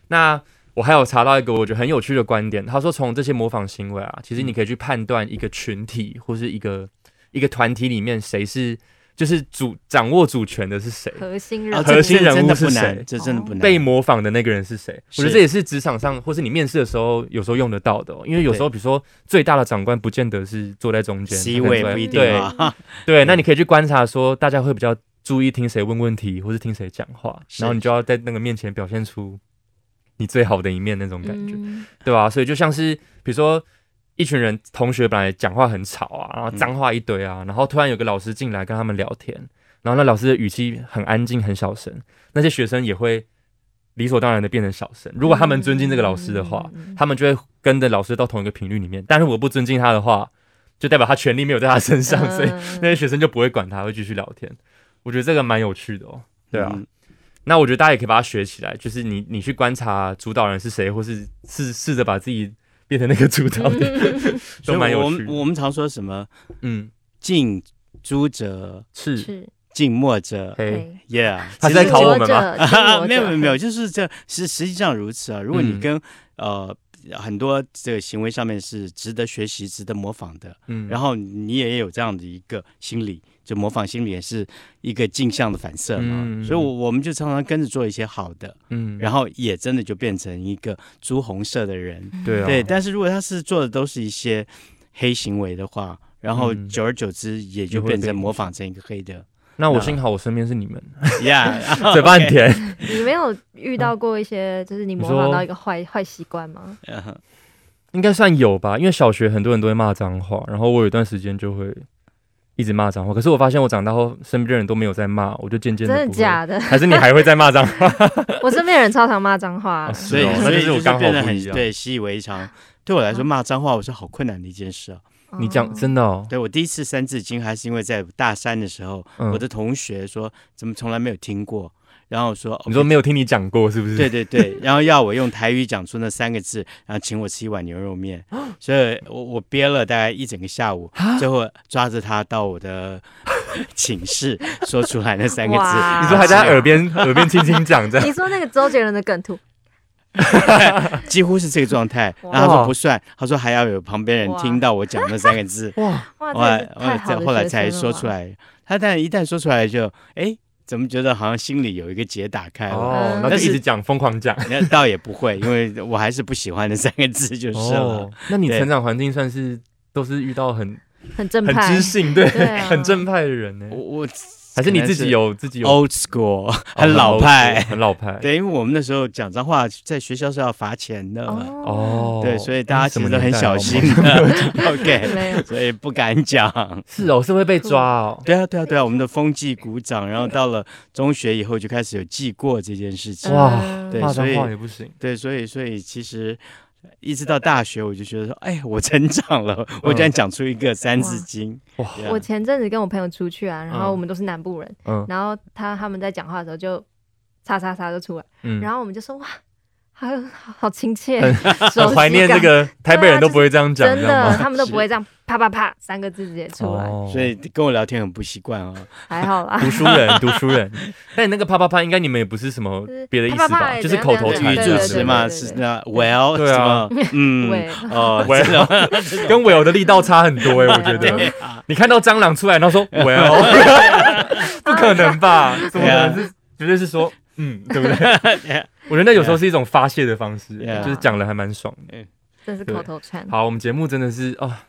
Speaker 2: 那我还有查到一个我觉得很有趣的观点，他说从这些模仿行为啊，其实你
Speaker 4: 嗯
Speaker 2: 可以去判断一个群体或是一个一个团体里面谁是就是主掌握主权的是谁，
Speaker 3: 核心
Speaker 4: 啊，
Speaker 3: 人物
Speaker 4: 这
Speaker 2: 核心
Speaker 4: 这
Speaker 2: 人
Speaker 4: 真
Speaker 2: 物
Speaker 4: 的
Speaker 2: 是
Speaker 4: 不
Speaker 2: 谁
Speaker 4: 难，这真的不难。
Speaker 2: 哦被模仿的那个人是谁？我觉得
Speaker 4: 是
Speaker 2: 这也是职场上或是你面试的时候有时候用得到的、哦，因为有时候比如说最大的长官不见得是坐在中间
Speaker 4: C
Speaker 2: 他可能
Speaker 4: 位
Speaker 2: 坐在
Speaker 4: 不一定
Speaker 2: 对
Speaker 4: 啊，
Speaker 2: 对，那你可以去观察说，大家会比较注意听谁问问题，或是听谁讲话，
Speaker 4: 是
Speaker 2: 然后你就要在那个面前表现出你最好的一面那种感觉，
Speaker 3: 嗯
Speaker 2: 对吧、所以就像是比如说一群人同学本来讲话很吵啊，然后脏话一堆啊，然后突然有个老师进来跟他们聊天，然后那老师的语气很安静很小声，那些学生也会理所当然的变成小声。如果他们尊敬这个老师的话，
Speaker 3: 嗯嗯嗯嗯
Speaker 2: 他们就会跟着老师到同一个频率里面。但是我不尊敬他的话，就代表他权利没有在他身
Speaker 3: 嗯
Speaker 2: 上，所以那些学生就不会管他，会继续聊天。我觉得这个蛮有趣的哦。对啊，
Speaker 4: (laughs) 嗯
Speaker 2: 那我觉得大家也可以把它学起来，就是你你去观察主导人是谁，或是试试着把自己变成那个主导人，
Speaker 4: (laughs) 所
Speaker 2: 都蛮
Speaker 4: 以我
Speaker 2: 有趣
Speaker 4: 们
Speaker 2: 的。
Speaker 4: 我们常说什么
Speaker 2: 嗯，
Speaker 4: 近朱者
Speaker 2: 是，
Speaker 3: 是
Speaker 4: 近墨者
Speaker 2: 嘿，
Speaker 4: ，Yeah，
Speaker 2: 他是在
Speaker 4: 其实
Speaker 2: 考我们吗
Speaker 3: (laughs) 吗
Speaker 4: (laughs) 啊，没有没有没有，，就是这实实际上如此啊。如果你
Speaker 2: 嗯
Speaker 4: 跟、呃很多这个行为上面是值得学习、值得模仿的，
Speaker 2: 嗯，
Speaker 4: 然后你也有这样的一个心理，就模仿心理也是一个镜像的反射嘛。
Speaker 2: 嗯
Speaker 4: 所以我，我们就常常跟着做一些好的，
Speaker 2: 嗯，
Speaker 4: 然后也真的就变成一个朱红色的人。
Speaker 2: 对啊，
Speaker 4: 对，但是如果他是做的都是一些黑行为的话，然后
Speaker 2: 嗯
Speaker 4: 久而久之也就
Speaker 2: 也会
Speaker 4: 变成
Speaker 2: 被
Speaker 4: 模仿成一个黑
Speaker 2: (laughs)
Speaker 4: 的。
Speaker 2: 那我幸好我身边是你们，
Speaker 4: Yeah，
Speaker 2: 嘴巴很
Speaker 4: (laughs)
Speaker 2: 甜。
Speaker 3: 你没有遇到过一些就是你模
Speaker 2: 嗯你
Speaker 3: 仿
Speaker 2: 说
Speaker 3: 到一个坏坏习惯吗？
Speaker 2: 应该算有吧，因为小学很多人都会骂脏话，然后我有一段时间就会一直骂脏话。可是我发现我长大后，身边的人都没有在骂，我就渐渐
Speaker 3: 真
Speaker 2: 的
Speaker 3: 的
Speaker 2: 不会。
Speaker 3: 假的？ (laughs)
Speaker 2: 还是你还会在骂脏话？
Speaker 3: 我身边人超常骂脏话
Speaker 2: 哦，
Speaker 4: 所以
Speaker 2: 是哦
Speaker 4: 所
Speaker 2: 那就
Speaker 4: 以
Speaker 2: 是我刚好
Speaker 4: 变得
Speaker 2: 不
Speaker 4: 很
Speaker 2: 一样嗯
Speaker 4: 对习以为常。对我来说，骂脏话我是好困难的一件事啊。
Speaker 2: 你讲
Speaker 3: 哦
Speaker 2: 真的哦，
Speaker 4: (laughs) 对我第一次三字经，还是因为在大三的时候，
Speaker 2: 嗯
Speaker 4: 我的同学说怎么从来没有听过，然后我说
Speaker 2: 你说
Speaker 4: OK，
Speaker 2: 没有听你讲过是不是？
Speaker 4: 对，对对，然后要我用台语讲出那三个字，然后请我吃一碗牛肉面，
Speaker 2: 啊
Speaker 4: 所以我我憋了大概一整个下午，最后抓着他到我的 (laughs) 寝室说出来那三个字
Speaker 3: 哇，
Speaker 4: 啊
Speaker 2: 你说还在他
Speaker 4: 然后 (laughs)
Speaker 2: 耳边耳边轻轻讲这样，，
Speaker 3: 你说那个周杰伦的梗图，
Speaker 4: 几乎是这个状态。
Speaker 3: 哇
Speaker 4: 然后他说不算，他说还要有旁边人
Speaker 3: 哇
Speaker 4: 听到我讲那三个字
Speaker 2: 哇，
Speaker 3: 哇，
Speaker 4: 我
Speaker 3: 这也是
Speaker 4: 我
Speaker 3: 太好
Speaker 4: 这
Speaker 3: 的
Speaker 4: 后来
Speaker 3: 学
Speaker 4: 才
Speaker 3: 生了
Speaker 4: 说
Speaker 3: 吧
Speaker 4: 出。来。他但一旦说出来就，哎，怎么觉得好像心里有一个结打开了？
Speaker 2: 哦，那就
Speaker 4: 嗯但是
Speaker 2: 一直讲，疯狂讲，
Speaker 4: 那倒也不会，因为我还是不喜欢那三个字就是了
Speaker 2: 哦。，那你
Speaker 4: 对
Speaker 2: 成长环境算是都是遇到很
Speaker 3: 很正
Speaker 2: 很
Speaker 3: 派，
Speaker 2: 知性，对，
Speaker 3: 对啊
Speaker 2: 很正派的人呢
Speaker 4: 我，我
Speaker 2: 还是你自己
Speaker 4: 有
Speaker 2: 有自己有哦
Speaker 4: old school，很 (laughs) 老派。
Speaker 2: 很老派，
Speaker 4: 对，因为我们那时候讲脏话，在学校是要罚钱的。
Speaker 3: 哦，
Speaker 2: 哦，
Speaker 4: 对，所以大家
Speaker 2: 什
Speaker 4: 其
Speaker 2: 么
Speaker 4: 实都很
Speaker 2: 年代啊哦
Speaker 4: 小
Speaker 2: 好
Speaker 4: 心
Speaker 2: 吗
Speaker 4: 的。OK， (laughs)
Speaker 3: 没有，
Speaker 4: 所以不敢讲。
Speaker 2: (laughs) 是哦，是会被抓哦，
Speaker 4: 对啊，对啊，对啊，我们的风纪鼓掌，然后到了中学以后就开始有记过这件事情。
Speaker 2: 哇
Speaker 3: 嗯
Speaker 4: 对
Speaker 2: 骂
Speaker 4: 所
Speaker 2: 脏
Speaker 4: 以
Speaker 2: 话也不行，
Speaker 4: 对，所以所以其实一直到大学，我就觉得说，哎，我成长了，我居然讲出一个《三字经》
Speaker 2: 哇
Speaker 4: 对啊
Speaker 3: 我前阵子跟我朋友出去啊，然后
Speaker 2: 嗯
Speaker 3: 我们都是南部人，
Speaker 2: 嗯
Speaker 3: 然后他他们在讲话的时候就叉叉叉就出来，
Speaker 2: 嗯，
Speaker 3: 然后我们就说哇，好好亲切，熟
Speaker 2: 很怀
Speaker 3: 悉
Speaker 2: 念这
Speaker 3: 感
Speaker 2: 个台北人都不会这样讲，
Speaker 3: 啊真
Speaker 2: 你知道
Speaker 3: 的，
Speaker 2: 吗？
Speaker 3: 他们都不会这样啪啪啪三个字直接出来，
Speaker 2: 哦
Speaker 4: 所以跟我聊天很不习惯哦。
Speaker 3: 还
Speaker 2: (laughs)
Speaker 3: 好啦。
Speaker 2: 读书人，读书人。但你那个啪啪啪，应该你们也不是什么别的意思
Speaker 3: 啪啪
Speaker 2: 吧？
Speaker 3: 啪
Speaker 2: 就是口头
Speaker 3: 对
Speaker 4: 语
Speaker 2: 禅
Speaker 3: 对
Speaker 4: 助
Speaker 3: 对
Speaker 4: 词
Speaker 3: 对
Speaker 4: 嘛，
Speaker 3: 对对
Speaker 4: 是那 well
Speaker 2: 对
Speaker 4: 什
Speaker 2: 啊
Speaker 3: (laughs)
Speaker 4: 么，嗯，
Speaker 3: 喂，
Speaker 4: (laughs) 哦，
Speaker 2: ，well，跟 well 的力道差很多哎、我觉
Speaker 3: 对
Speaker 2: 得。你看到蟑螂出来，然后说 well，不可能吧？怎么可能是？绝对是说嗯，对不对？我觉得那有时候是一种发泄的方式
Speaker 4: Yeah
Speaker 2: 就是讲了还蛮爽的。
Speaker 3: 真是口头禅。
Speaker 2: 好，我们节目真的是啊、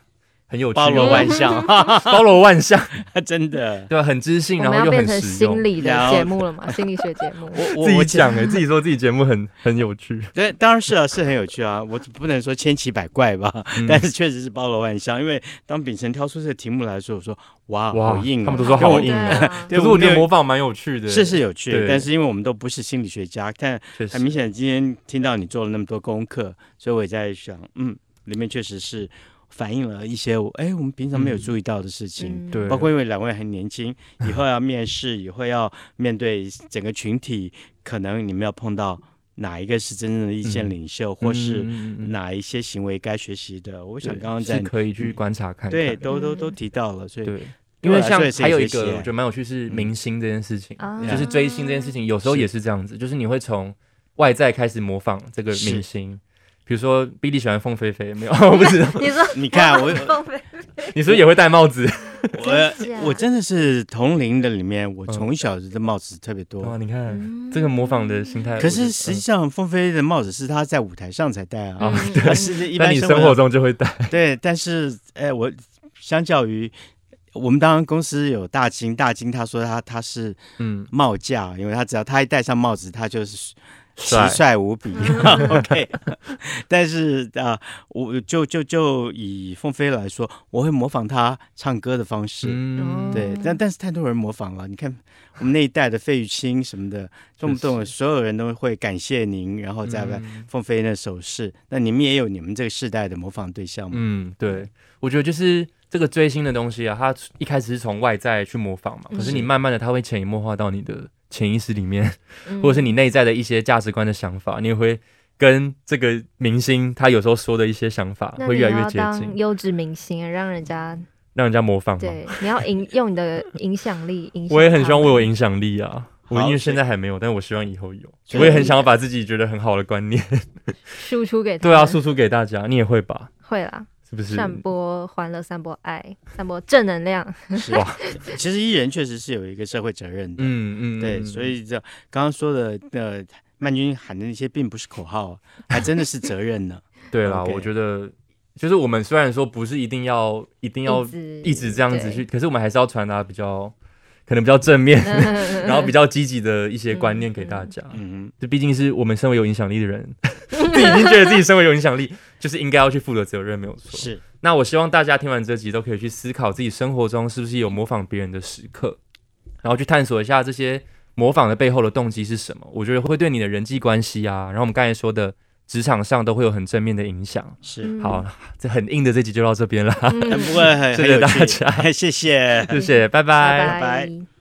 Speaker 2: 很有趣，
Speaker 4: 包罗万象，
Speaker 3: (laughs)
Speaker 4: (laughs)
Speaker 2: 包罗万象，
Speaker 4: 真的。
Speaker 2: 对吧？很知性，
Speaker 3: 我
Speaker 2: 然
Speaker 3: 们
Speaker 2: 后
Speaker 3: 要
Speaker 2: 又
Speaker 3: 变
Speaker 2: 很
Speaker 3: 成
Speaker 2: 实用
Speaker 3: 心。理
Speaker 4: 然
Speaker 3: 的
Speaker 4: 后
Speaker 3: 节目了嘛？心理学节
Speaker 2: (laughs)
Speaker 3: 目。
Speaker 4: 我我
Speaker 2: 自
Speaker 4: 我
Speaker 2: 己
Speaker 4: 讲，
Speaker 2: 讲哎、自己说自己节目很很有趣。
Speaker 4: 对，当然是啊，是很有趣啊。我不能说千奇百怪吧，
Speaker 2: 嗯
Speaker 4: 但是确实是包罗万象。因为当秉承挑出这个题目来说，我说哇，
Speaker 2: 哇
Speaker 4: 好硬、啊，
Speaker 2: 他们都说
Speaker 4: 跟我
Speaker 2: 好硬哦
Speaker 3: 对啊
Speaker 4: 对
Speaker 2: 可是我觉
Speaker 4: 我
Speaker 2: 得
Speaker 4: 没有
Speaker 2: 模仿蛮有趣的，
Speaker 4: 是是有趣，
Speaker 2: 对
Speaker 4: 但是因为我们都不是心理学家，但
Speaker 2: 确实
Speaker 4: 很明显今天听到你做了那么多功课，所以我也在想，嗯，里面确实是反映了一些我哎我们平常没有
Speaker 2: 嗯
Speaker 4: 注意到的事情。
Speaker 3: 嗯
Speaker 2: 对
Speaker 4: 包括因为两位很年轻，以后要面试，以后要面对整个群体，可能你们要碰到哪一个是真正的意见
Speaker 2: 嗯
Speaker 4: 领袖，或是
Speaker 2: 嗯嗯嗯
Speaker 4: 哪一些行为该学习的。我
Speaker 2: 我
Speaker 4: 想刚刚在
Speaker 2: 是可以去观察看看，
Speaker 4: 对都都
Speaker 3: 嗯
Speaker 4: 都提到了，所以
Speaker 2: 对，因为像
Speaker 4: 对啊所
Speaker 2: 还
Speaker 4: 以
Speaker 2: 有一
Speaker 4: 所
Speaker 2: 个
Speaker 4: 以学习
Speaker 2: 我觉得蛮有趣是明星这件事情， (laughs)
Speaker 3: 啊
Speaker 2: 就是追星这件事情，有时候
Speaker 4: 嗯是
Speaker 2: 也是这样子，就是你会从外在开始模仿这个明星。比如说，Billy 喜欢凤飞飞，没有？ (laughs) 我不知道，
Speaker 3: 你说
Speaker 4: 你
Speaker 2: 啊
Speaker 4: 看我
Speaker 3: (laughs) 放飞啊
Speaker 2: 你是不是也会戴帽
Speaker 4: (laughs)
Speaker 2: 子？
Speaker 4: 我
Speaker 3: 真假
Speaker 4: 我真的是同龄的里面，我
Speaker 2: 嗯
Speaker 4: 从小的帽子特别
Speaker 2: 哇，
Speaker 4: 多。
Speaker 2: 你看
Speaker 3: 嗯
Speaker 2: 这个模仿的心态。
Speaker 4: 可
Speaker 2: 呃我觉
Speaker 4: 是
Speaker 2: 得嗯
Speaker 4: 实际，上，凤飞的帽子是她在舞台上才戴啊， (laughs)
Speaker 3: 嗯
Speaker 4: 啊是一
Speaker 2: 那
Speaker 4: 般
Speaker 2: 你生活中就会戴。
Speaker 4: 对。但是，哎，我相较于我们当然公司有大金，大金他说他他是
Speaker 2: 嗯，
Speaker 4: 帽匠，因为他只要他一戴上帽子，他就是奇
Speaker 2: 帅
Speaker 4: 帅无比。OK，但是啊、呃我就就就以凤飞来说，我会模仿他唱歌的方式。
Speaker 2: 嗯，
Speaker 4: 对
Speaker 3: 嗯，
Speaker 4: 但但是太多人模仿了。你看我们那一代的费玉清什么的，动不动所有人都会感谢您，然后再来
Speaker 2: 嗯
Speaker 4: 凤飞那首饰。那你们也有你们这个世代的模仿对象吗？
Speaker 2: 嗯，对，我觉得就是这个追星的东西啊，它一开始是从外在去模仿嘛，可是
Speaker 4: 嗯
Speaker 2: 你慢慢的，它会潜移默化到你的潜意识里面，(laughs)
Speaker 3: 嗯
Speaker 2: 或者是你内在的一些价值观的想法，你也会跟这个明星他有时候说的一些想法
Speaker 3: 那
Speaker 2: 会
Speaker 3: 你
Speaker 2: 越来越
Speaker 3: 要
Speaker 2: 接
Speaker 3: 当
Speaker 2: 近，
Speaker 3: 优质明星，让人家
Speaker 2: 让人家模仿嘛。
Speaker 3: 对你要影用你的影响力影
Speaker 2: 嗯
Speaker 3: 响。
Speaker 2: 我也很希望我有影响力啊。我
Speaker 4: 好
Speaker 2: 因为
Speaker 4: 所
Speaker 2: 现
Speaker 4: 以
Speaker 2: 在还没有，但我希望以后有。
Speaker 4: 所以
Speaker 2: 我也很想要把自己觉得很好的观念，
Speaker 3: 输出给他
Speaker 2: 对
Speaker 3: 们
Speaker 2: 啊，输出给大家。你也会吧？
Speaker 3: 会啦，
Speaker 2: 是不是？
Speaker 3: 散播欢乐，散播爱，散播正能量。
Speaker 4: 是
Speaker 2: 哇，
Speaker 4: 其实艺人确实是有一个社会责任的。
Speaker 2: 嗯嗯，
Speaker 4: 对，
Speaker 2: 嗯
Speaker 4: 所以这刚刚说的呃，曼君喊的那些并不是口号，还真的是责
Speaker 2: (laughs)
Speaker 4: 任呢。
Speaker 2: 对啦
Speaker 4: OK
Speaker 2: 我觉得就是我们虽然说不是一定要一定要
Speaker 3: 直
Speaker 2: 一直这样子去，，(laughs)
Speaker 3: (laughs)
Speaker 2: 可是我们还是要传达比较可能比较正
Speaker 3: 嗯
Speaker 2: 面， (laughs) 然后比较积极的一些观念给大家。
Speaker 4: 嗯，
Speaker 2: 这毕竟是我们身为有影响力的人，自己已经觉得自己身为有影响力，就是应该要去负的责任，没有错。
Speaker 4: 是
Speaker 2: 那我希望大家听完这集都可以去思考自己生活中是不是有模仿别人的时刻，然后去探索一下这些模仿的背后的动机是什么。我觉得会对你的人际关系啊，然后我们刚才说的职场上都会有很正面的影响。
Speaker 4: 是。
Speaker 2: 好，这很硬的这集就到这边了，
Speaker 3: 嗯，
Speaker 4: 但不过
Speaker 2: 谢
Speaker 4: 很很
Speaker 2: 谢
Speaker 4: 有
Speaker 2: 大
Speaker 4: (laughs) 趣，谢谢。
Speaker 2: (laughs) 谢谢，拜
Speaker 3: 拜
Speaker 4: 拜拜
Speaker 3: 拜。